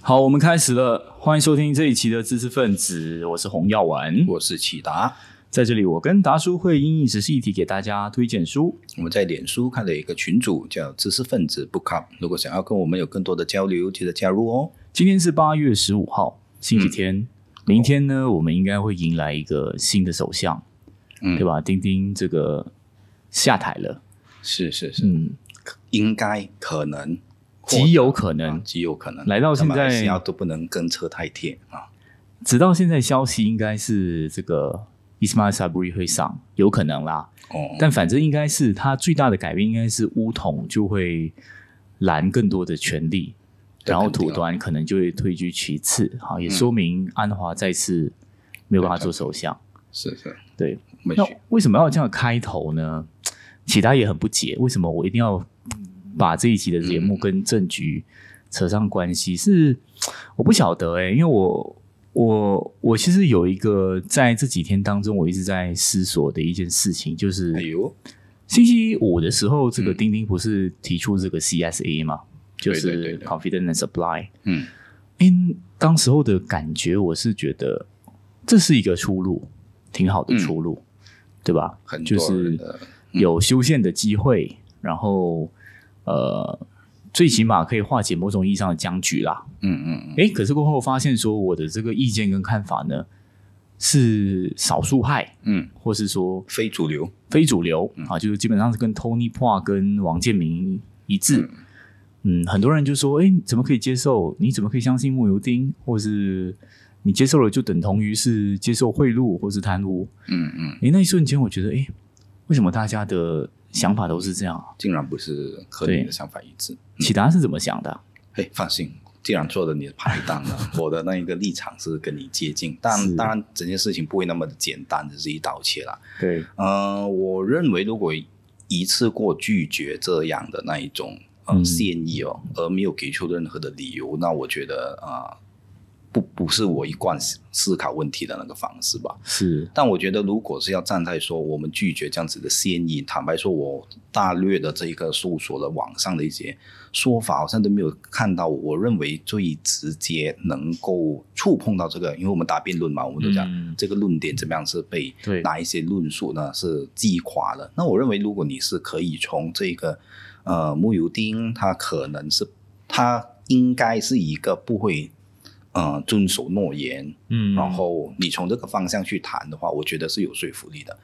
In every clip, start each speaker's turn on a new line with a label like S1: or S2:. S1: 好，我们开始了，欢迎收听这一期的知识分子，我是洪耀文。
S2: 我是启达。
S1: 在这里，我跟达叔会因应时事议题给大家推荐书。
S2: 我们在脸书看了一个群组，叫“知识分子 Book Club”，如果想要跟我们有更多的交流，记得加入哦。
S1: 今天是八月十五号，星期天。明天呢，我们应该会迎来一个新的首相，
S2: 嗯
S1: 对吧？丁丁这个下台了，
S2: 是是是，
S1: 嗯，
S2: 应该可能，
S1: 极有可
S2: 啊
S1: 能，
S2: 极有可能。
S1: 来到现在
S2: 马来西亚 E 都不能跟车太贴啊。
S1: 直到现在消息应该是这个 Ismail Sabri 会上，有可能啦。
S2: 哦，
S1: 但反正应该是他最大的改变，应该是乌统就会揽更多的权利，
S2: 对
S1: 然后
S2: 肯定
S1: 土
S2: 啊嗯
S1: 团可能就会退居其次。好，也说明安华再次没有办法做首相。
S2: 是是，
S1: 对，
S2: 没
S1: 那
S2: 去。
S1: 为什么要有这样的开头呢？其他也很不解，为什么我一定要把这一期的节
S2: 嗯
S1: 目跟政局扯上关系？是我不晓得哎、因为我我我其实有一个在这几天当中我一直在思索的一件事情，就是
S2: 哎呦，
S1: 星期五的时候，这个
S2: 嗯
S1: 钉钉不是提出这个 CSA 吗？就
S2: 对对对
S1: 是
S2: 对
S1: Confident and Supply。
S2: 嗯，
S1: 因当时候的感觉，我是觉得这是一个出路，挺好的出路，
S2: 嗯
S1: 对吧？
S2: 很
S1: 就
S2: 多人
S1: 是
S2: 的
S1: 有修宪的机会，然后呃，最起码可以化解某种意义上的僵局啦。
S2: 嗯嗯嗯，
S1: 诶，可是过后发现说，我的这个意见跟看法呢，是少数派，
S2: 嗯，
S1: 或是说
S2: 非主流。
S1: 非主流、啊，就是基本上是跟 Tony p a 跟王建民一致。嗯很多人就说：“哎，你怎么可以接受？你怎么可以相信木油丁？或是你接受了就等同于是接受贿赂或是贪污
S2: 嗯嗯，？”
S1: 哎，那一瞬间我觉得，哎，为什么大家的想法都是这样啊？
S2: 竟然不是和你
S1: 对
S2: 的想法一致。
S1: 启达是怎么想的啊？
S2: 嘿，放心，既然做了你的排档 了，我的那一个立场是跟你接近，
S1: 是
S2: 但当然整件事情不会那么简单，只是一刀切啦。
S1: 对，
S2: 呃，我认为如果一次过拒绝这样的那一种呃
S1: 嗯
S2: 建议哦，而没有给出任何的理由，那我觉得啊、呃不不是我一贯思思考问题的那个方式吧。
S1: 是
S2: 但我觉得，如果是要站在说我们拒绝这样子的建议，坦白说，我大略的这一个搜索了网上的一些说法，好像都没有看到我认为最直接能够触碰到这个，因为我们打辩论嘛，我们都讲、
S1: 嗯
S2: 这个论点怎么样是被
S1: 对
S2: 哪一些论述呢是击垮了。那我认为，如果你是可以从这个呃木油丁，他可能是他应该是一个不会呃遵守诺言，
S1: 嗯
S2: 然后你从这个方向去谈的话，我觉得是有说服力的。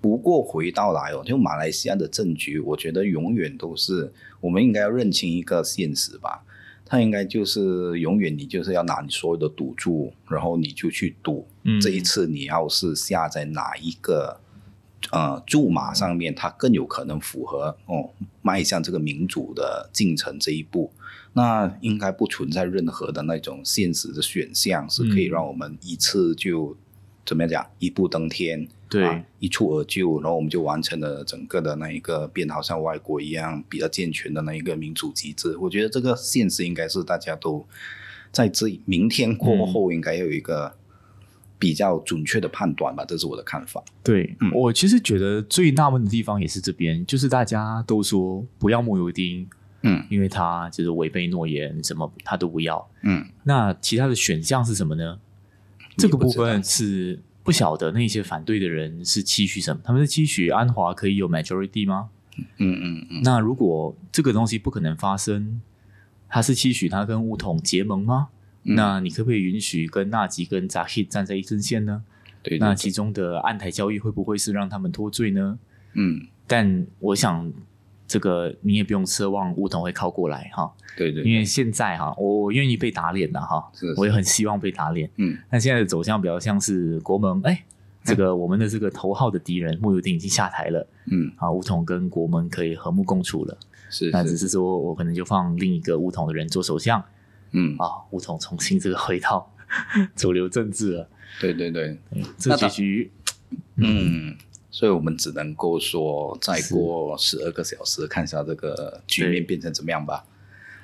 S2: 不过回到来哦，就马来西亚的政局，我觉得永远都是我们应该要认清一个现实吧。它应该就是永远你就是要拿你所有的赌注，然后你就去赌、
S1: 嗯
S2: 这一次你要是下在哪一个呃注码上面，它更有可能符合哦迈向这个民主的进程这一步。那应该不存在任何的那种现实的选项是可以
S1: 嗯
S2: 让我们一次就、怎么样讲一步登天，
S1: 对
S2: 啊一蹴而就，然后我们就完成了整个的那一个变得好像外国一样比较健全的那一个民主机制。我觉得这个现实应该是大家都在这明天过后应该要有一个比较准确的判断吧，这是我的看法。
S1: 对、
S2: 嗯
S1: 我其实觉得最纳闷的地方也是这边，就是大家都说不要木油丁，
S2: 嗯
S1: 因为他就是违背诺言，什么他都不要。
S2: 嗯，
S1: 那其他的选项是什么呢？这个部分是不晓得那些反对的人是期许什么？他们是期许安华可以有 majority 吗？
S2: 嗯嗯嗯，
S1: 那如果这个东西不可能发生，他是期许他跟乌统结盟吗？
S2: 嗯
S1: 那你可不可以允许跟纳吉跟扎希站在一阵线呢？
S2: 对，
S1: 那
S2: 对
S1: 其中的暗台交易会不会是让他们脱罪呢？
S2: 嗯
S1: 但我想，这个你也不用奢望乌统会靠过来哈。
S2: 对对，
S1: 因为现在哈，我我愿意被打脸的哈，
S2: 是是
S1: 我也很希望被打脸。
S2: 嗯
S1: 但现在的走向比较像是国盟，哎，这个我们的这个头号的敌人穆尤丁已经下台了
S2: 嗯
S1: 啊，吴统跟国盟可以和睦共处了。
S2: 是
S1: 那只
S2: 是
S1: 是说我可能就放另一个吴统的人做首相
S2: 嗯
S1: 啊，吴统重新这个回到 主流政治了。
S2: 对对对，
S1: 对这
S2: 那
S1: 结
S2: 他
S1: 局
S2: 嗯，所以我们只能够说，再
S1: 是
S2: 过十二个小时，看一下这个局
S1: 对
S2: 面变成怎么样吧。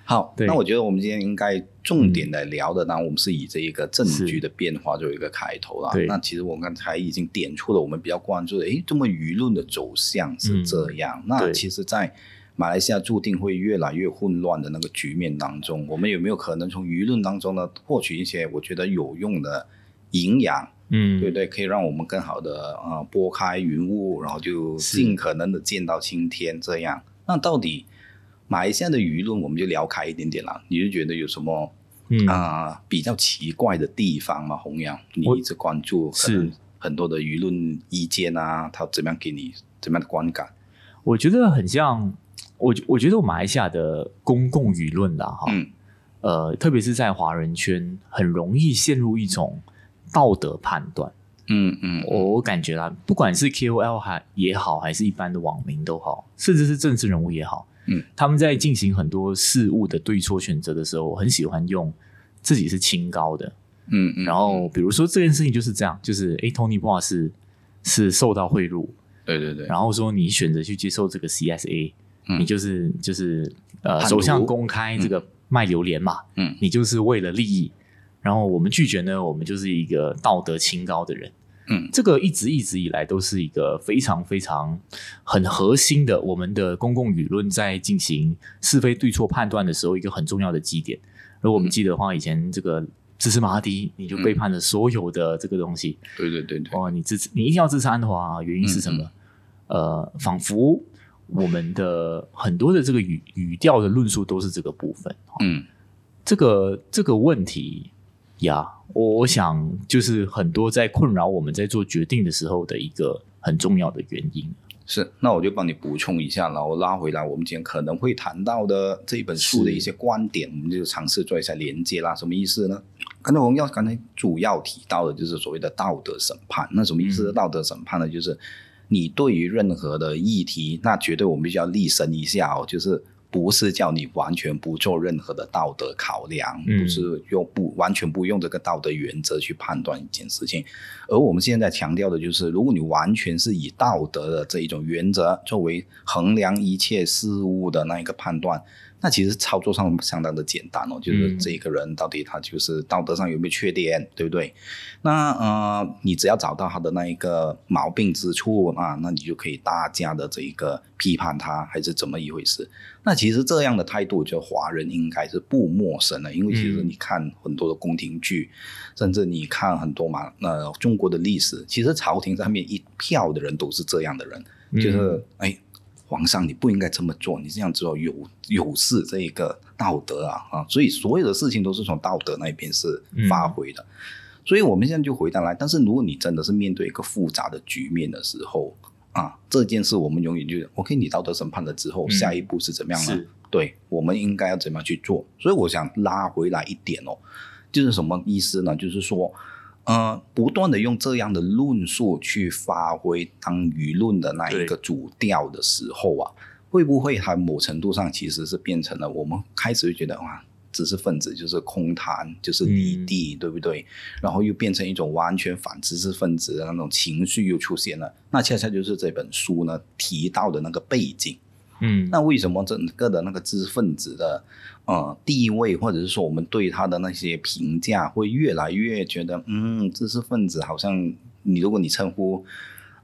S2: 好，
S1: 对
S2: 那我觉得我们今天应该重点来聊的呢，我们是以这一个政
S1: 是
S2: 局的变化做一个开头啦
S1: 对。
S2: 那其实我刚才已经点出了我们比较关注的，诶，这么舆论的走向是这样。那
S1: 嗯对
S2: 其实，在马来西亚注定会越来越混乱的那个局面当中，我们有没有可能从舆论当中呢获取一些我觉得有用的营养？
S3: 嗯，
S2: 对对，可以让我们更好的呃拨开云雾，然后就是尽可能的见到青天。这样，那到底马来西亚的舆论，我们就聊开一点点啦。你就觉得有什么
S3: 嗯
S2: 啊、呃比较奇怪的地方吗？弘扬，你
S1: 我
S2: 一直关注可
S1: 是
S2: 能很多的舆论意见啊，他怎么样给你怎么样的观感？
S1: 我觉得很像，我我觉得我马来西亚的公共舆论啦，哈，
S2: 嗯
S1: 呃，特别是在华人圈，很容易陷入一种道德判断。
S2: 嗯嗯，
S1: 我我感觉啦，不管是 KOL 还也好，还是一般的网民都好，甚至是政治人物也好，
S2: 嗯，
S1: 他们在进行很多事物的对错选择的时候，我很喜欢用自己是清高的，
S2: 嗯嗯，
S1: 然后比如说这件事情就是这样，就是诶 t o n y b o 是是受到贿赂，
S2: 对对对，
S1: 然后说你选择去接受这个 CSA，、
S2: 嗯
S1: 你就是就是呃
S2: 叛徒
S1: 走向公开这个卖榴莲嘛，
S2: 嗯
S1: 你就是为了利益。然后我们拒绝呢，我们就是一个道德清高的人。
S2: 嗯
S1: 这个一直一直以来都是一个非常非常很核心的，我们的公共舆论在进行是非对错判断的时候一个很重要的基点。如果我们记得的话，以前这个支持马哈迪，你就背叛了所有的这个东西。
S2: 对对对对，
S1: 哦，你支持你一定要支持安华，啊原因是什么？呃，仿佛我们的很多的这个语语调的论述都是这个部分。哦
S2: 嗯
S1: 这个这个问题呀，我我想就是很多在困扰我们在做决定的时候的一个很重要的原因。
S2: 是，那我就帮你补充一下，然后拉回来我们今天可能会谈到的这本书的一些观点，我们就尝试做一下连接啦。什么意思呢？刚才我们要刚才主要提到的就是所谓的道德审判。那什么意思？道德审判呢，就是你对于任何的议题，那绝对我们必须要立身一下哦，就是。不是叫你完全不做任何的道德考量，
S1: 嗯
S2: 不是用不完全不用这个道德原则去判断一件事情，而我们现在强调的就是，如果你完全是以道德的这一种原则作为衡量一切事物的那一个判断，那其实操作上相当的简单哦，就是
S1: 嗯
S2: 这个人到底他就是道德上有没有缺点，对不对？那呃，你只要找到他的那一个毛病之处啊，那你就可以大家的这一个批判他还是怎么一回事。那其实这样的态度，就华人应该是不陌生的，因为其实
S1: 嗯
S2: 你看很多的宫廷剧，甚至你看很多嘛，呃，中国的历史，其实朝廷上面一票的人都是这样的人，就是哎，皇上你不应该这么做，你这样做有有失这一个道德啊啊，所以所有的事情都是从道德那边是发挥的。所以我们现在就回答来，但是如果你真的是面对一个复杂的局面的时候啊，这件事我们永远就是 OK，你道德审判了之后，
S1: 嗯
S2: 下一步是怎么样呢？
S1: 是
S2: 对，我们应该要怎么样去做？所以我想拉回来一点哦，就是什么意思呢？就是说，呃，不断的用这样的论述去发挥当舆论的那一个主调的时候啊，会不会它某程度上其实是变成了我们开始会觉得哇，知识分子就是空谈，就是离
S1: 嗯
S2: 地，对不对？然后又变成一种完全反知识分子的那种情绪又出现了。那恰恰就是这本书呢提到的那个背景。
S1: 嗯
S2: 那为什么整个的那个知识分子的呃地位，或者是说我们对他的那些评价，会越来越觉得，嗯，知识分子好像你如果你称呼。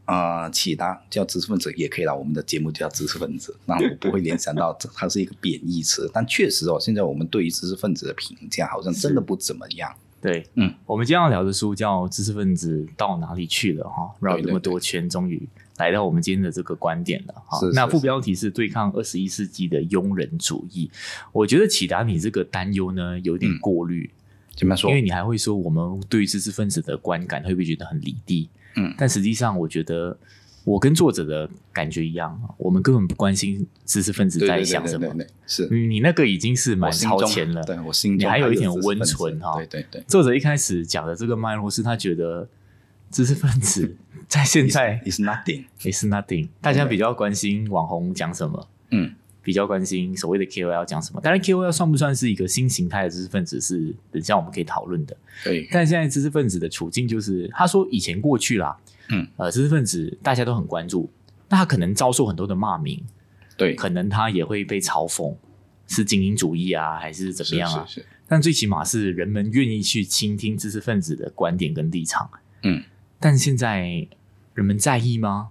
S2: 啊、其他叫知识分子也可以啦，我们的节目就叫知识分子。那我不会联想到这它是一个贬义词，但确实哦，现在我们对于知识分子的评价好像真的不怎么样。
S1: 对，
S2: 嗯，
S1: 我们今天要聊的书叫《知识分子到哪里去了》哈，绕了
S2: 对对
S1: 这么多圈，终于来到我们今天的这个观点了哈
S2: 是。是
S1: 那副标题是对抗二十一世纪的庸人主义。我觉得启达你这个担忧呢有点
S2: 嗯
S1: 过滤，
S2: 怎么样说？
S1: 因为你还会说我们对于知识分子的观感会不会觉得很离地？
S2: 嗯
S1: 但实际上我觉得。我跟作者的感觉一样，我们根本不关心知识分子
S2: 对
S1: 在
S2: 对
S1: 想
S2: 对
S1: 什
S2: 对
S1: 么
S2: 对。对，是
S1: 你你那个已经是蛮
S2: 我心
S1: 超
S2: 中
S1: 前了，
S2: 对我心中
S1: 你还有一点
S2: 知识分子
S1: 温存哈
S2: 对对 对，
S1: 作者一开始讲的这个脉络是他觉得知识分子在现 在
S2: is nothing。
S1: 也是 nothing，大家比较关心网红讲什么，
S2: 嗯，
S1: 比较关心所谓的 KOL 讲什么。当然 KOL 算不算是一个新形态的知识分子是等一下我们可以讨论的。
S2: 对，
S1: 但现在知识分子的处境就是，他说以前过去啦，
S2: 嗯，
S1: 呃，知识分子大家都很关注，那他可能遭受很多的骂名，
S2: 对，
S1: 可能他也会被嘲讽，是精英主义啊，还是怎么样啊？
S2: 是是是
S1: 但最起码是人们愿意去倾听知识分子的观点跟立场。
S2: 嗯，
S1: 但现在人们在意吗？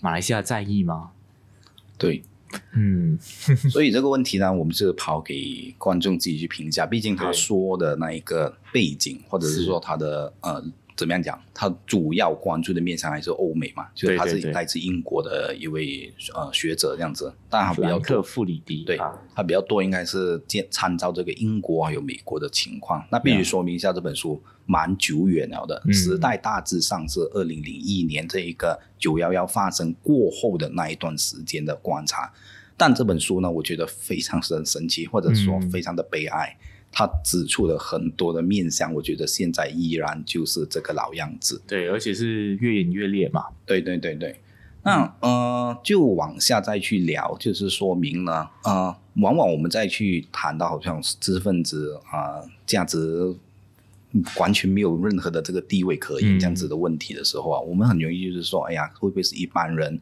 S1: 马来西亚在意吗？
S2: 对，
S3: 嗯，
S2: 所以这个问题呢，我们是抛给观众自己去评价，毕竟他
S3: 对
S2: 说的那一个背景，或者
S3: 是
S2: 是说他的呃。怎么样讲？他主要关注的面向还是欧美嘛，就是
S1: 对
S2: 他
S1: 对
S2: 是
S1: 对
S2: 来自英国的一位呃学者这样子，但他
S1: 弗
S2: 比较
S1: 兰克·弗里迪，
S2: 对
S3: 啊，
S2: 它比较多应该是见参照这个英国还啊有美国的情况。那必须
S1: Yeah
S2: 说明一下，这本书蛮久远了的，
S3: 嗯
S2: 时代大致上是二零零一年这一个九幺幺发生过后的那一段时间的观察。但这本书呢，我觉得非常神神奇，或者说
S3: 嗯
S2: 非常的悲哀。它指出了很多的面向，我觉得现在依然就是这个老样子。
S1: 对，而且是越演越烈嘛，
S2: 对对对对，那呃，就往下再去聊，就是说明呢，呃，往往我们再去谈到好像知识分子啊、价值嗯完全没有任何的这个地位可
S3: 嗯
S2: 言这样子的问题的时候啊，我们很容易就是说，哎呀，会不会是一般人？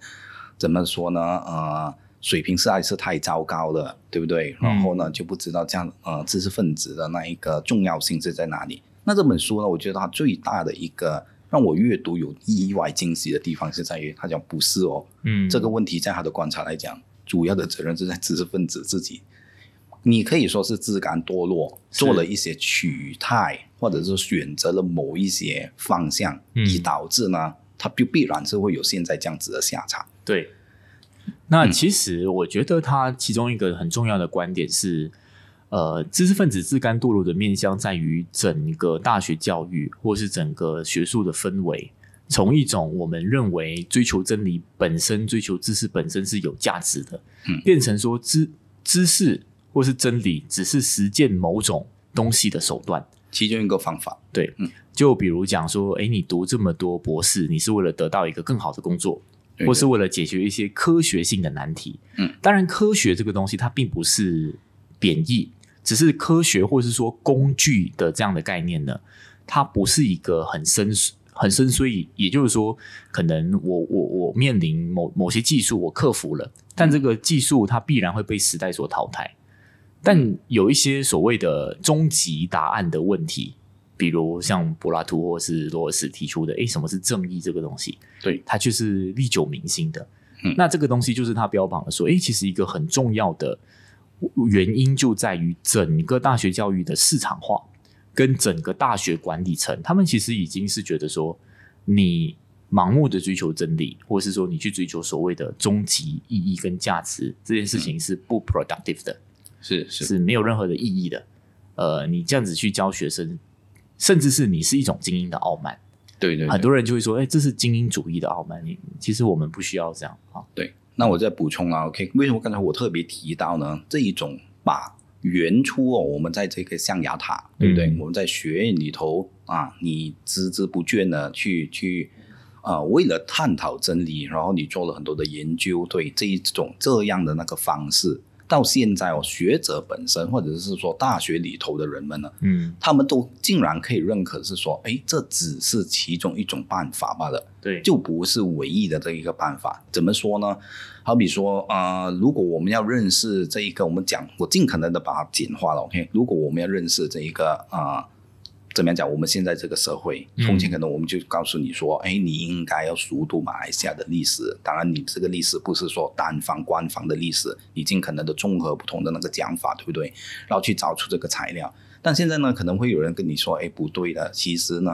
S2: 怎么说呢？呃，水平实在是太糟糕了，对不对？
S3: 嗯
S2: 然后呢，就不知道这样呃知识分子的那一个重要性是在哪里。那这本书呢，我觉得它最大的一个让我阅读有意外惊喜的地方是在于，它讲不是哦，
S3: 嗯，
S2: 这个问题在他的观察来讲，主要的责任是在知识分子自己。你可以说是自甘堕落，
S1: 是
S2: 做了一些取态，或者是选择了某一些方向，
S3: 嗯
S2: 以导致呢，他必必然是会有现在这样子的下场。
S1: 对。那其实我觉得他其中一个很重要的观点是，呃，知识分子自甘堕落的面向在于整个大学教育或是整个学术的氛围，从一种我们认为追求真理本身、追求知识本身是有价值的，
S2: 嗯
S1: 变成说知知识或是真理只是实践某种东西的手段。
S2: 其中一个方法，
S1: 对，
S2: 嗯
S1: 就比如讲说，诶，你读这么多博士，你是为了得到一个更好的工作，
S2: 对
S1: 或是为了解决一些科学性的难题。
S2: 嗯，
S1: 当然，科学这个东西它并不是贬义，只是科学或是说工具的这样的概念呢，它不是一个很深很深邃，也就是说，可能我我我面临某某些技术我克服了，但这个技术它必然会被时代所淘汰。但有一些所谓的终极答案的问题，比如像柏拉图或是罗尔斯提出的，诶，什么是正义这个东西？
S2: 对，
S1: 它就是历久弥新的。
S2: 嗯
S1: 那这个东西就是他标榜的说，诶，其实一个很重要的原因就在于整个大学教育的市场化跟整个大学管理层，他们其实已经是觉得说，你盲目的追求真理，或是说你去追求所谓的终极意义跟价值，这件事情是不 productive 的。
S2: 是是
S1: 是没有任何的意义的。呃，你这样子去教学生，甚至是你是一种精英的傲慢。
S2: 对对
S1: 很多人就会说，哎、这是精英主义的傲慢。你其实我们不需要这样啊。
S2: 对，那我再补充啊，OK，为什么刚才我特别提到呢？这一种把原初哦，我们在这个象牙塔，对不对？
S3: 嗯
S2: 我们在学院里头啊，你孜孜不倦的去去啊、呃为了探讨真理，然后你做了很多的研究，对这一种这样的那个方式，到现在哦，学者本身或者是说大学里头的人们呢，
S3: 嗯
S2: 他们都竟然可以认可是说，哎，这只是其中一种办法罢了。
S1: 对就
S2: 就不是唯一的这一个办法。怎么说呢？好比说，呃，如果我们要认识这一个，我们讲，我尽可能的把它简化了，OK。如果我们要认识这一个啊、呃怎么样讲？我们现在这个社会，
S3: 嗯
S2: 从前可能我们就告诉你说，哎，你应该要熟读马来西亚的历史。当然，你这个历史不是说单方官方的历史，你尽可能的综合不同的那个讲法，对不对？然后去找出这个材料。但现在呢，可能会有人跟你说，哎，不对的，其实呢。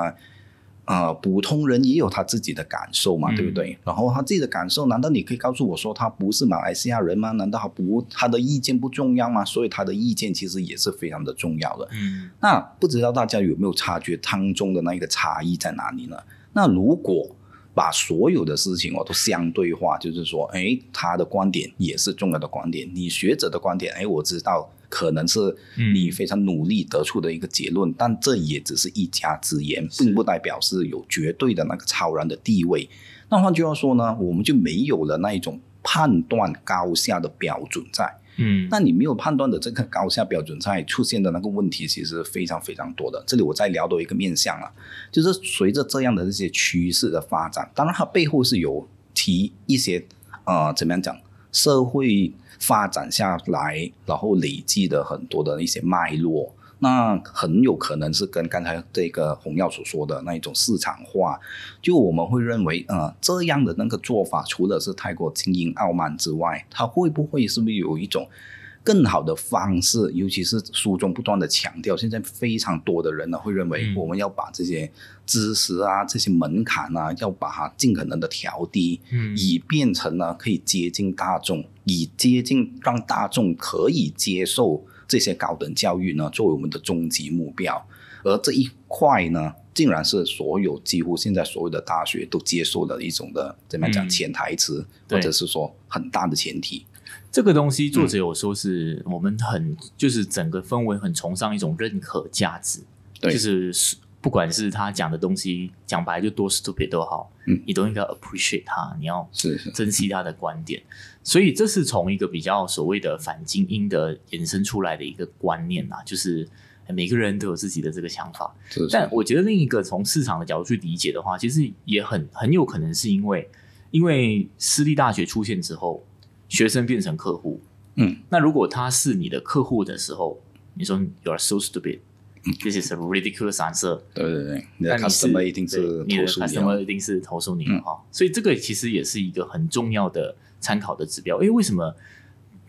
S2: 呃，普通人也有他自己的感受嘛，
S3: 嗯
S2: 对不对？然后他自己的感受，难道你可以告诉我说他不是马来西亚人吗？难道他不他的意见不重要吗？所以他的意见其实也是非常的重要的。
S3: 嗯
S2: 那不知道大家有没有察觉当中的那一个差异在哪里呢？那如果把所有的事情哦都相对化，就是说，哎，他的观点也是重要的观点，你学者的观点，哎，我知道可能是
S3: 嗯
S2: 你非常努力得出的一个结论，但这也只是一家之言，并不代表是有绝对的那个超然的地位。那换句话说呢，我们就没有了那一种判断高下的标准在。
S3: 嗯，
S2: 那你没有判断的这个高下标准在出现的那个问题，其实非常非常多的。这里我再聊多一个面向了，就是随着这样的这些趋势的发展，当然它背后是有提一些呃怎么样讲社会发展下来，然后累积的很多的一些脉络。那很有可能是跟刚才这个红耀所说的那一种市场化，就我们会认为，呃，这样的那个做法，除了是太过轻盈傲慢之外，它会不会是不是有一种更好的方式？尤其是书中不断的强调，现在非常多的人呢会认为
S1: 嗯，
S2: 我们要把这些知识啊、这些门槛啊，要把它尽可能的调低，
S1: 嗯
S2: 以变成呢可以接近大众，以接近让大众可以接受这些高等教育呢，作为我们的终极目标。而这一块呢，竟然是所有几乎现在所有的大学都接受的一种的怎么
S1: 嗯
S2: 样讲潜台词，
S1: 对
S2: 或者是说很大的前提。
S1: 这个东西，作者有说是我们很就是整个氛围很崇尚一种认可价值，
S2: 对
S1: 就是不管是他讲的东西，讲白就多 stupid 都好，
S2: 嗯
S1: 你都应该 appreciate 他，你要
S2: 是是，
S1: 珍惜他的观点。所以这是从一个比较所谓的反精英的衍生出来的一个观念啊，就是哎每个人都有自己的这个想法。
S2: 是是
S1: 但我觉得另一个从市场的角度去理解的话，其实也很很有可能是因为，因为私立大学出现之后，学生变成客户。
S2: 嗯，
S1: 那如果他是你的客户的时候，你说 you are so stupid。This is a ridiculous answer。
S2: 对对对，你
S1: 那
S2: 的
S1: 你是
S2: customer 一定
S1: 对
S2: 是
S1: 你
S2: 投
S1: 的
S2: 诉你的
S1: customer 一定是投诉你的
S2: 嗯
S1: 哈、所以这个其实也是一个很重要的参考的指标。因为为什么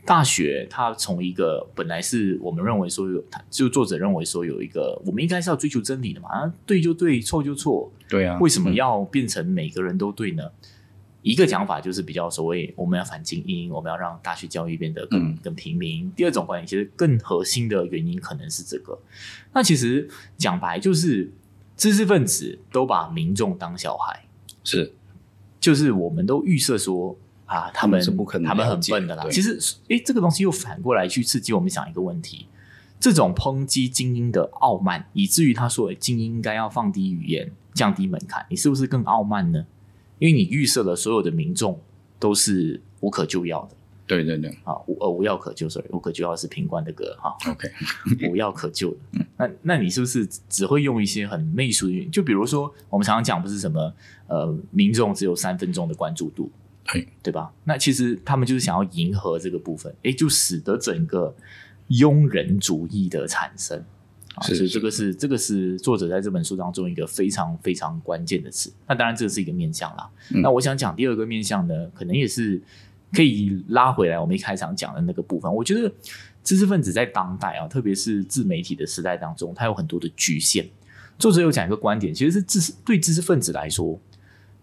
S1: 大学它从一个本来是我们认为说有，它就作者认为说有一个我们应该是要追求真理的嘛，啊对就对，错就错，
S2: 对啊，
S1: 为什么要变成每个人都对呢？一个讲法就是比较所谓我们要反精英，我们要让大学教育变得更、
S2: 嗯
S1: 更平民。第二种观点其实更核心的原因可能是这个。那其实讲白就是知识分子都把民众当小孩，
S2: 是
S1: 就是我们都预设说啊，他
S2: 他
S1: 们
S2: 嗯们是不可能
S1: 他们很
S2: 了解
S1: 笨的啦。
S2: 对
S1: 其实，诶，这个东西又反过来去刺激我们想一个问题：这种抨击精英的傲慢，以至于他说诶精英应该要放低语言、降低门槛，你是不是更傲慢呢？因为你预设了所有的民众都是无可救药的
S2: 对对对
S1: 啊，无呃无药可救，sorry，无可救药是品冠的歌哈。
S2: ，OK，
S1: 无药可救的。那那你是不是只会用一些很媚俗的语言？就比如说，我们常常讲不是什么呃，民众只有三分钟的关注度，
S2: 对
S1: 对吧？那其实他们就是想要迎合这个部分，诶，就使得整个庸人主义的产生。啊，
S2: 是
S1: 所以
S2: 是
S1: 这个是这个是作者在这本书当中一个非常非常关键的词。那当然，这是一个面向啦。
S2: 嗯
S1: 那我想讲第二个面向呢，可能也是可以拉回来我们一开场讲的那个部分。我觉得知识分子在当代啊，特别是自媒体的时代当中，它有很多的局限。作者有讲一个观点，其实是知识对知识分子来说，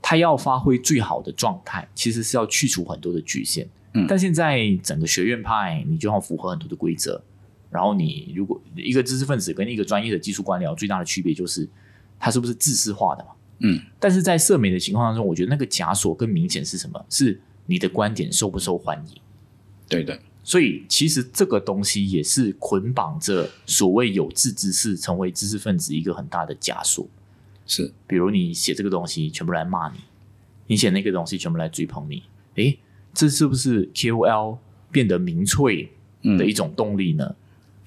S1: 他要发挥最好的状态，其实是要去除很多的局限。
S2: 嗯
S1: 但现在整个学院派，你就要符合很多的规则。然后你如果一个知识分子跟一个专业的技术官僚最大的区别就是，他是不是自私化的嘛？
S2: 嗯，
S1: 但是在社媒的情况当中，我觉得那个枷锁更明显是什么？是你的观点受不受欢迎。
S2: 对对
S1: 所以其实这个东西也是捆绑着所谓有志之士成为知识分子一个很大的枷锁。
S2: 是，
S1: 比如你写这个东西，全部来骂你；你写那个东西，全部来追捧你。诶，这是不是 KOL 变得民粹
S2: 嗯
S1: 的，一种动力呢？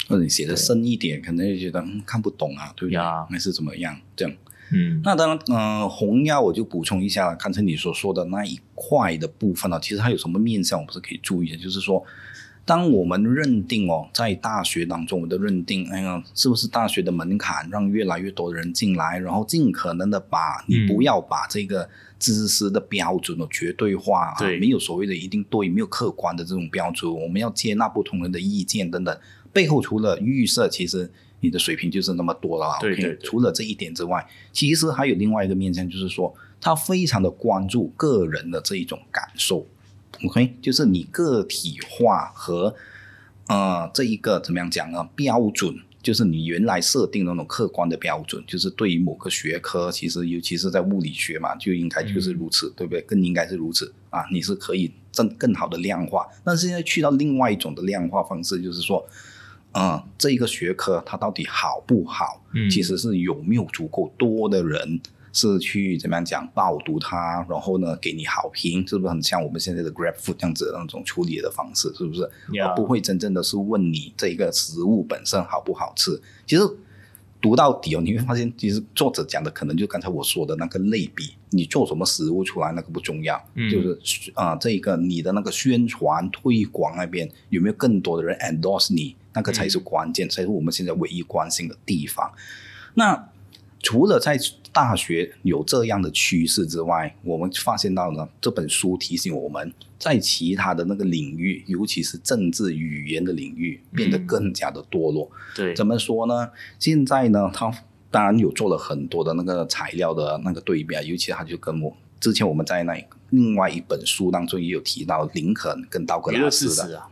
S2: 或者你写的深一点，可能就觉得、嗯、看不懂啊，对不对
S1: 呀？
S2: 还是怎么样？这样。
S1: 嗯，
S2: 那当然，嗯、红药我就补充一下，刚才你所说的那一块的部分呢、啊其实它有什么面向，我们是可以注意的，就是说，当我们认定哦，在大学当中，我们的认定，哎呀，是不是大学的门槛让越来越多的人进来，然后尽可能的把你
S1: 嗯
S2: 不要把这个知识的标准哦绝对化，啊
S1: 对
S2: 没有所谓的一定对，没有客观的这种标准，我们要接纳不同人的意见等等，背后除了预设，其实。你的水平就是那么多了啊，
S1: 对
S2: OK，
S1: 对对
S2: 除了这一点之外，其实还有另外一个面向，就是说他非常的关注个人的这一种感受，OK，就是你个体化和呃这一个怎么样讲呢？标准就是你原来设定的那种客观的标准，就是对于某个学科，其实尤其是在物理学嘛，就应该就是
S1: 嗯
S2: 如此，对不对？更应该是如此啊，你是可以更更好的量化。但是现在去到另外一种的量化方式，就是说。嗯，这一个学科它到底好不好？
S1: 嗯
S2: 其实是有没有足够多的人是去怎么样讲报读它，然后呢给你好评，是不是很像我们现在的 GrabFood 这样子的那种处理的方式？是不是？
S1: Yeah
S2: 而不会真正的是问你这一个食物本身好不好吃。其实读到底哦，你会发现其实作者讲的可能就刚才我说的那个类比，你做什么食物出来那个不重要，
S3: 嗯
S2: 就是啊、呃这一个你的那个宣传推广那边有没有更多的人 endorse 你，那个才
S3: 嗯
S2: 是关键，才是我们现在唯一关心的地方。那除了在大学有这样的趋势之外，我们发现到呢，这本书提醒我们在其他的那个领域，尤其是政治语言的领域，变得
S3: 嗯
S2: 更加的堕落。
S1: 对，
S2: 怎么说呢？现在呢，他当然有做了很多的那个材料的那个对比啊，尤其他就跟我之前我们在那另外一本书当中也有提到林肯跟道格
S1: 娱
S2: 拉
S1: 乐事
S2: 斯的
S1: 实啊，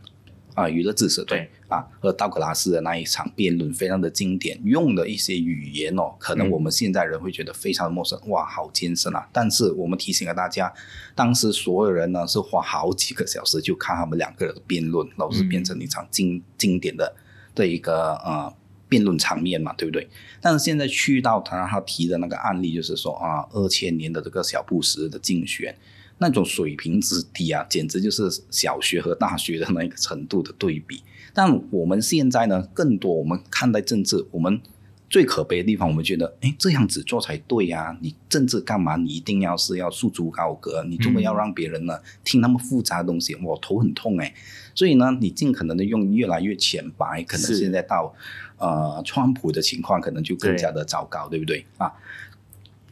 S2: 啊，娱乐知识对
S1: 对
S2: 啊，和道格拉斯的那一场辩论非常的经典，用的一些语言哦，可能
S3: 嗯
S2: 我们现在人会觉得非常的陌生，哇，好艰深啊！但是我们提醒了大家，当时所有人呢是花好几个小时就看他们两个人的辩论，老是
S3: 嗯
S2: 变成一场经经典的这一个呃辩论场面嘛，对不对？但是现在去到他他提的那个案例，就是说啊，二千年的这个小布什的竞选，那种水平之低啊，简直就是小学和大学的那个程度的对比。但我们现在呢，更多我们看待政治，我们最可悲的地方，我们觉得，哎，这样子做才对呀、啊你政治干嘛？你一定要是要束之高阁，你这么
S3: 嗯
S2: 要让别人呢、听那么复杂的东西，我头很痛哎、所以呢，你尽可能的用越来越浅白，可能
S1: 是
S2: 现在到呃川普的情况，可能就更加的糟糕，对不对啊？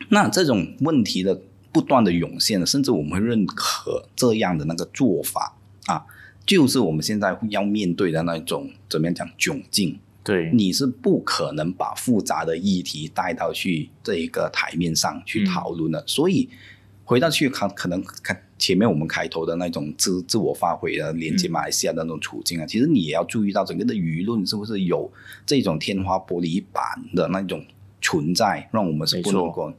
S2: 那这种问题的不断的涌现，甚至我们会认可这样的那个做法啊，就是我们现在要面对的那种怎么样讲窘境。
S1: 对，
S2: 你是不可能把复杂的议题带到去这一个台面上去
S1: 嗯
S2: 讨论的，所以回到去看，可能看前面我们开头的那种自自我发挥的连
S1: 嗯
S2: 接马来西亚的那种处境啊，其实你也要注意到整个的舆论是不是有这种天花玻璃板的那种存在，让我们是不能够。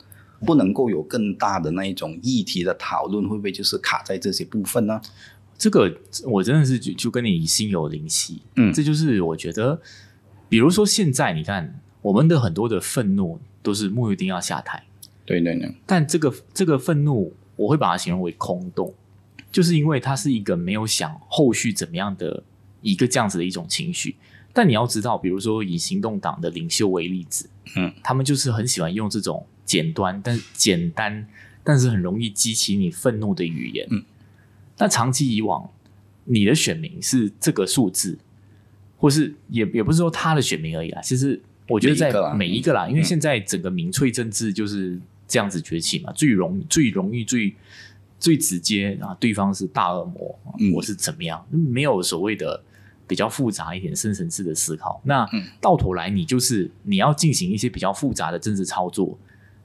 S2: 不能够有更大的那一种议题的讨论，会不会就是卡在这些部分呢？
S1: 这个我真的是就就跟你心有灵犀，
S2: 嗯
S1: 这就是我觉得，比如说现在你看我们的很多的愤怒都是穆玉丁要下台，
S2: 对对对，
S1: 但这个这个愤怒我会把它形容为空洞，就是因为它是一个没有想后续怎么样的一个这样子的一种情绪。但你要知道，比如说以行动党的领袖为例子，
S2: 嗯，
S1: 他们就是很喜欢用这种简单但简单但是很容易激起你愤怒的语言。
S2: 嗯，
S1: 那长期以往，你的选民是这个数字，或是也也不是说他的选民而已啦。其实我觉得在
S2: 每一个啦
S1: 每一个
S2: 嗯
S1: 啦，因为现在整个民粹政治就是这样子崛起嘛，最容最容易最最直接啊，对方是大恶魔，啊
S2: 嗯
S1: 我是怎么样，没有所谓的。比较复杂一点深层次的思考，那
S2: 嗯
S1: 到头来你就是你要进行一些比较复杂的政治操作，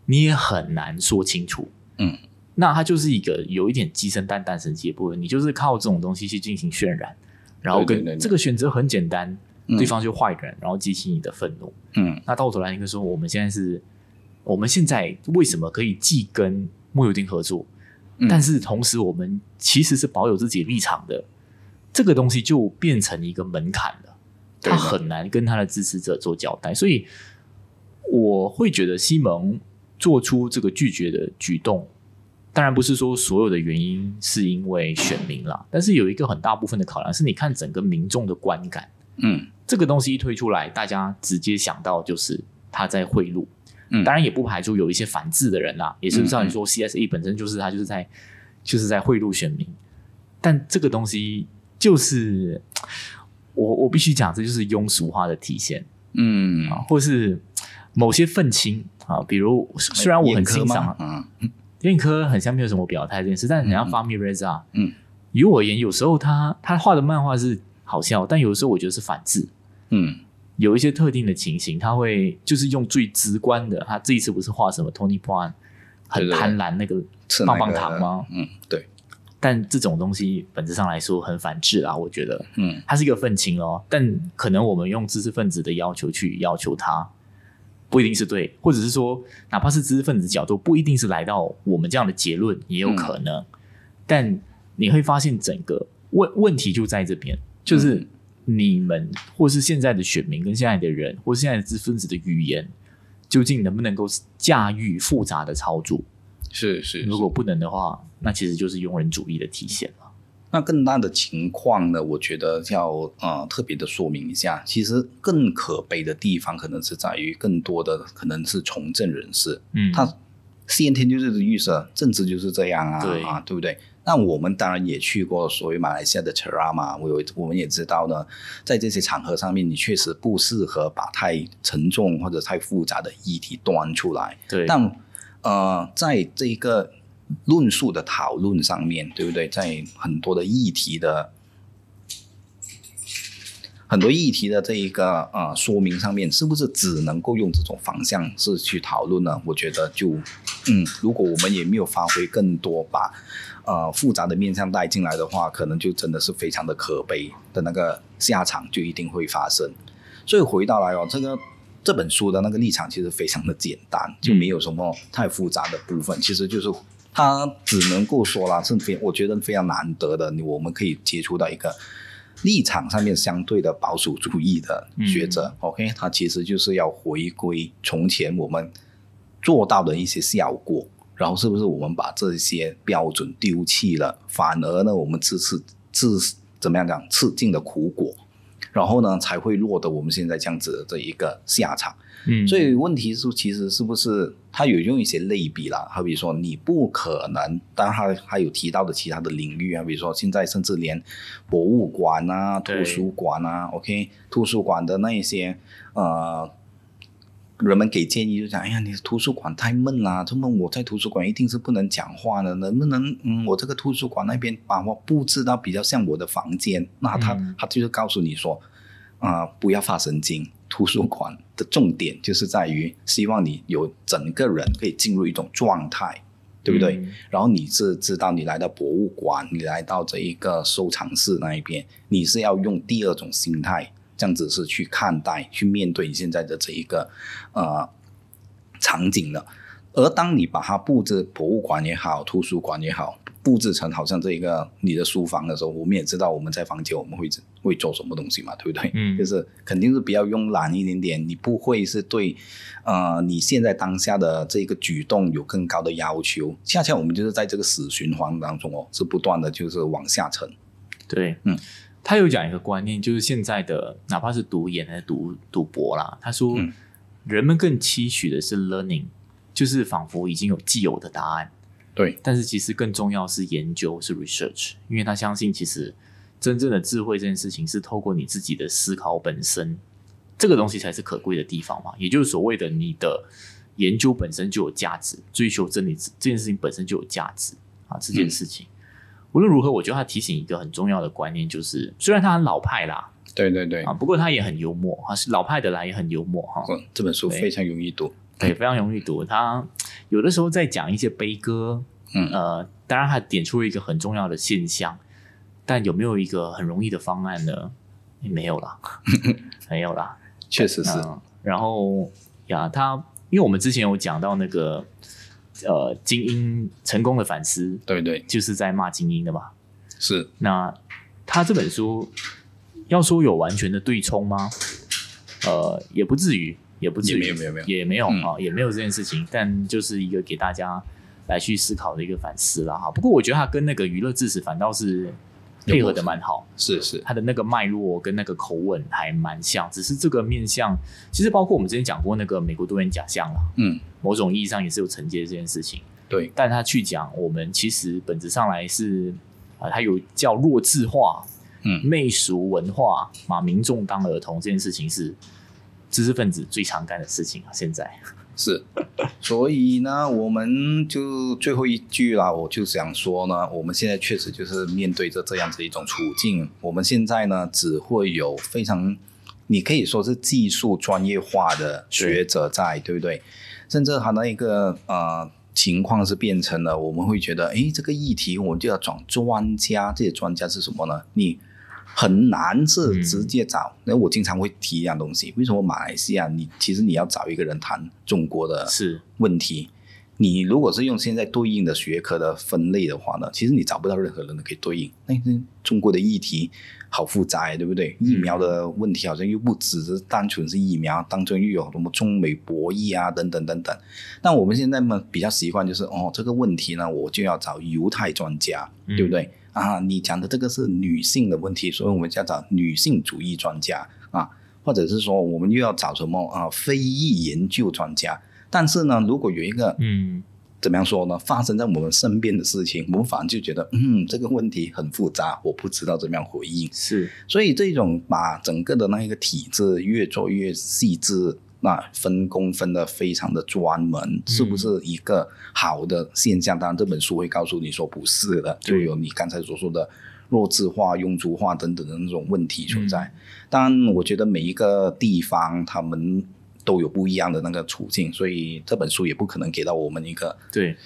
S1: 你也很难说清楚。
S2: 嗯，
S1: 那它就是一个有一点鸡生蛋蛋生鸡的部分，你就是靠这种东西去进行渲染，然后
S2: 对对
S1: 跟
S2: 对对
S1: 这个选择很简单，
S2: 嗯
S1: 对方就坏人，然后激起你的愤怒。
S2: 嗯，
S1: 那到头来，应该说我们现在是，我们现在为什么可以既跟穆尤丁合作，
S2: 嗯
S1: 但是同时我们其实是保有自己立场的，这个东西就变成一个门槛了，
S2: 对
S1: 他
S2: 的
S1: 很难跟他的支持者做交代，所以我会觉得西蒙做出这个拒绝的举动。当然不是说所有的原因是因为选民啦，但是有一个很大部分的考量是，你看整个民众的观感，
S2: 嗯
S1: 这个东西一推出来，大家直接想到就是他在贿赂。
S2: 嗯
S1: 当然也不排除有一些反制的人啦、啊也是像你说 CSE 本身就是他就是在就是在贿赂选民，但这个东西就是我我必须讲，这就是庸俗化的体现
S2: 嗯
S1: 啊，或是某些愤青啊，比如虽然我很欣赏
S2: 啊，
S1: 燕科很像没有什么表态这件事，但人家 f a m i Reza，
S2: 嗯，
S1: 于我而言，有时候他他画的漫画是好笑，但有的时候我觉得是反制，
S2: 嗯
S1: 有一些特定的情形，他会就是用最直观的，他这一次不是画什么 Tony p o a n 很
S2: 对对对
S1: 贪婪那个
S2: 吃那
S1: 棒
S2: 个
S1: 棒糖吗？？
S2: 嗯，对，
S1: 但这种东西本质上来说很反制啊，我觉得
S2: 嗯
S1: 它是一个愤青哦，但可能我们用知识分子的要求去要求他，不一定是对，或者是说哪怕是知识分子角度，不一定是来到我们这样的结论，也有可能。
S2: 嗯
S1: 但你会发现整个问问题就在这边，就是
S2: 嗯
S1: 你们或是现在的选民跟现在的人，或是现在的知识分子的语言，究竟能不能够驾驭复杂的操作？
S2: 是是，
S1: 如果不能的话，那其实就是庸人主义的体现了。
S2: 那更大的情况呢，我觉得要呃特别的说明一下，其实更可悲的地方可能是在于更多的可能是从政人士，
S1: 嗯，
S2: 他先天就是预设，政治就是这样啊，
S1: 对
S2: 啊，对不对？那我们当然也去过所谓马来西亚的 Cerama，我有我们也知道呢，在这些场合上面，你确实不适合把太沉重或者太复杂的议题端出来。
S1: 对，
S2: 但呃，在这一个论述的讨论上面，对不对？在很多的议题的很多议题的这一个呃说明上面，是不是只能够用这种方向是去讨论呢？我觉得就嗯，如果我们也没有发挥更多把呃复杂的面向带进来的话，可能就真的是非常的可悲的那个下场就一定会发生。所以回到来哦，这个这本书的那个立场其实非常的简单，就没有什么太复杂的部分，其实就是。它只能够说啦，是非我觉得非常难得的，你我们可以接触到一个立场上面相对的保守主义的学者。OK，他其实就是要回归从前我们做到的一些效果，然后是不是我们把这些标准丢弃了，反而呢我们自吃自怎么样讲吃尽了苦果，然后呢才会落得我们现在这样子的这一个下场。
S1: 嗯，
S2: 所以问题是，其实是不是他有用一些类比啦？好比说，你不可能，当然他还有提到的其他的领域啊，比如说现在甚至连博物馆啊、
S1: 对
S2: 图书馆啊，OK，图书馆的那一些呃。人们给建议就讲，哎呀，你图书馆太闷啦、他们我在图书馆一定是不能讲话的，能不能，嗯，我这个图书馆那边把我布置到比较像我的房间？那他、
S1: 嗯
S2: 他就是告诉你说，啊、不要发神经。图书馆的重点就是在于希望你有整个人可以进入一种状态，对不对？
S1: 嗯
S2: 然后你是知道你来到博物馆，你来到这一个收藏室那一边，你是要用第二种心态，这样子是去看待、去面对你现在的这一个呃场景的。而当你把它布置博物馆也好，图书馆也好，布置成好像这一个你的书房的时候，我们也知道我们在房间我们会会做什么东西嘛，对不对？
S1: 嗯
S2: 就是肯定是比较慵懒一点点，你不会是对呃你现在当下的这个举动有更高的要求。恰恰我们就是在这个死循环当中哦，是不断的就是往下沉。
S1: 对，
S2: 嗯，
S1: 他有讲一个观念，就是现在的哪怕是读研还是读赌博啦，他说、
S2: 嗯
S1: 人们更期许的是 learning，就是仿佛已经有既有的答案，
S2: 对，
S1: 但是其实更重要是研究是 research，因为他相信其实真正的智慧这件事情是透过你自己的思考本身，这个东西才是可贵的地方嘛，也就是所谓的你的研究本身就有价值，追求真理这件事情本身就有价值啊，这
S2: 嗯
S1: 件事情。无论如何，我觉得他提醒一个很重要的观念，就是虽然他很老派啦
S2: 对对对
S1: 啊，不过他也很幽默啊，是老派的啦，也很幽默哈、
S2: 嗯，这本书
S1: 对
S2: 非常容易读。
S1: 对，非常容易读。他有的时候在讲一些悲歌，
S2: 嗯
S1: 呃，当然他点出了一个很重要的现象，但有没有一个很容易的方案呢？也没有 啦，没有啦。
S2: 确实是，
S1: 嗯然后呀，他因为我们之前有讲到那个呃精英成功的反思，
S2: 对对
S1: 就是在骂精英的嘛。
S2: 是，
S1: 那他这本书要说有完全的对冲吗？呃，也不至于，也不至于，
S2: 也没有没有没有
S1: 也没有
S2: 嗯
S1: 啊，也没有这件事情，但就是一个给大家来去思考的一个反思了哈。不过我觉得他跟那个娱乐知识反倒是配合的蛮好，
S2: 是是，
S1: 他的那个脉络跟那个口吻还蛮像，只是这个面向其实包括我们之前讲过那个美国多元假象啦，
S2: 嗯，
S1: 某种意义上也是有承接这件事情。
S2: 对，
S1: 但他去讲我们其实本质上来是啊、呃，他有叫弱智化、
S2: 嗯
S1: 媚俗文化把民众当儿童这件事情是知识分子最常干的事情啊。现在，
S2: 是。 所以呢，我们就最后一句啦，我就想说呢，我们现在确实就是面对着这样子一种处境，我们现在呢只会有非常，你可以说是技术专业化的学者在，对不对？甚至他那一个呃。情况是变成了，我们会觉得，诶，这个议题我们就要找专家。这些专家是什么呢？你很难是
S1: 嗯
S2: 直接找。那、我经常会提一样东西，为什么马来西亚你其实你要找一个人谈中国的
S1: 是
S2: 问题。你如果是用现在对应的学科的分类的话呢，其实你找不到任何人可以对应。那、那中国的议题好复杂呀，对不对？疫苗的问题好像又不只是单纯是疫苗，当中又有什么中美博弈啊，等等等等。那我们现在嘛比较习惯就是哦，这个问题呢，我就要找犹太专家，
S1: 嗯
S2: 对不对？啊，你讲的这个是女性的问题，所以我们要找女性主义专家啊，或者是说我们又要找什么啊非裔研究专家。但是呢，如果有一个
S1: 嗯，
S2: 怎么样说呢？发生在我们身边的事情，我们反而就觉得，嗯，这个问题很复杂，我不知道怎么样回应。
S4: 是
S2: 所以这种把整个的那一个体制越做越细致，那分工分的非常的专门，是不是一个好的现象？当然，这本书会告诉你说不是的，就有你刚才所说的弱智化、庸俗化等等的那种问题存在。当然，我觉得每一个地方他们。都有不一样的那个处境，所以这本书也不可能给到我们一个
S4: 对。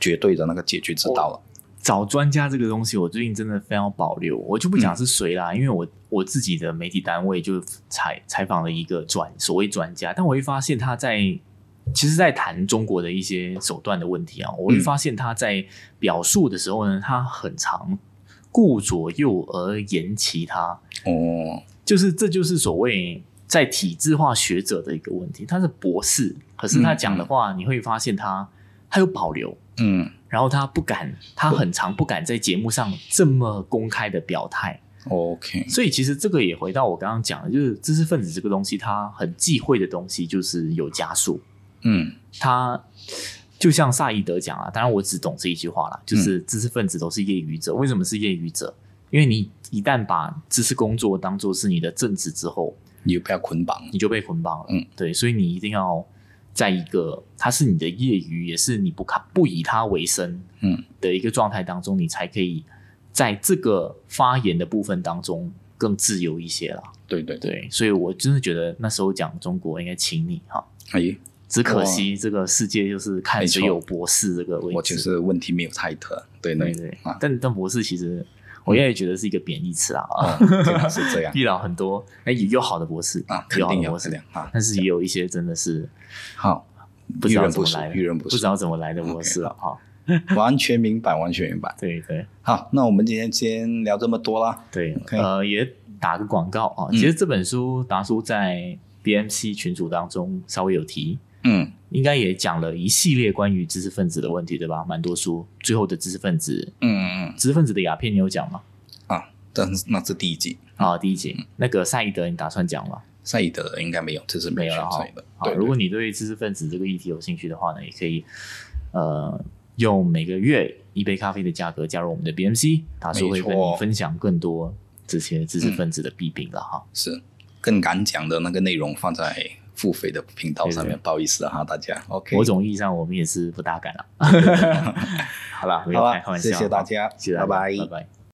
S2: 绝对的那个解决之道了。
S1: 找专家这个东西，我最近真的非常保留，我就不
S2: 嗯
S1: 讲是谁啦，因为我我自己的媒体单位就采采访了一个专所谓专家，但我会发现他在其实，在谈中国的一些手段的问题啊，我会
S2: 嗯
S1: 发现他在表述的时候呢，他很常顾左右而言其他，
S2: 哦，
S1: 就是这就是所谓在体制化学者的一个问题。他是博士，可是他讲的话，你会发现他他有保留，
S2: 嗯，
S1: 然后他不敢，他很常不敢在节目上这么公开的表态。
S2: OK，
S1: 所以其实这个也回到我刚刚讲的，就是知识分子这个东西，他很忌讳的东西就是有枷锁。
S2: 嗯
S1: 他就像萨义德讲啊，当然我只懂这一句话啦，就是知识分子都是业余者。为什么是业余者？因为你一旦把知识工作当做是你的正职之后，
S2: 你不要捆绑。
S1: 你就被捆绑了。
S2: 嗯，
S1: 对，所以你一定要在一个它是你的业余，也是你不看不以它为生，
S2: 嗯
S1: 的一个状态当中，你才可以在这个发言的部分当中更自由一些啦。
S2: 对对对，
S1: 对，所以我真的觉得那时候讲中国应该请你哈，
S2: 哎，
S1: 只可惜这个世界就是看谁有博士这个位置。
S2: 我就是问题没有太特，对
S1: 对
S2: 对
S1: 对，
S2: 啊，嗯
S1: 但但博士其实我也觉得是一个贬义词啊。
S2: 哦真的是这 样
S1: 遇到很多哎也有好的博士
S2: 啊，
S1: 有
S2: 肯
S1: 好
S2: 定
S1: 的
S2: 要
S1: 博士
S2: 这，样啊。
S1: 但是也有一些真的是
S2: 好，
S1: 不
S2: 遇
S1: 知道
S2: 人
S1: 怎
S2: 不
S1: 么
S2: 淑
S1: 来，的，
S2: 遇人不
S1: 知
S2: 淑，
S1: 道怎么来的模式了啊哈。
S2: 完全明白，完全明白。
S1: 对对
S2: 好，那我们今天先聊这么多啦。
S1: 对
S2: OK
S1: 呃，也打个广告啊。
S2: 嗯
S1: 其实这本书达叔在 BMC 群组当中稍微有提，
S2: 嗯，
S1: 应该也讲了一系列关于知识分子的问题，对吧？蛮多书，最后的知识分子，
S2: 嗯嗯
S1: 知识分子的鸦片你有讲吗？
S2: 啊，但是那是第一集，
S1: 啊，第一
S2: 嗯
S1: 集那个赛义德，你打算讲吗？
S2: 赛义德应该没有，这是
S1: 没有
S2: 选
S1: 了哈
S2: 赛义德。
S1: 好，
S2: 对，
S1: 如果你对知识分子这个议题有兴趣的话呢，也可以呃用每个月一杯咖啡的价格加入我们的 BMC，大叔会
S2: 没错
S1: 跟你分享更多这些知识分子的弊病了哈。
S2: 是更敢讲的那个内容放在付费的频道上
S1: 对
S2: 面，不好意思哈，大家。OK，
S1: 某种意义上， 我们也是不大敢了。好啦，没有
S2: 好
S1: 开
S2: 啊
S1: 开玩笑，
S2: 谢谢大，家，
S1: 谢谢大
S2: 拜
S1: 家
S2: 拜。
S1: 拜拜。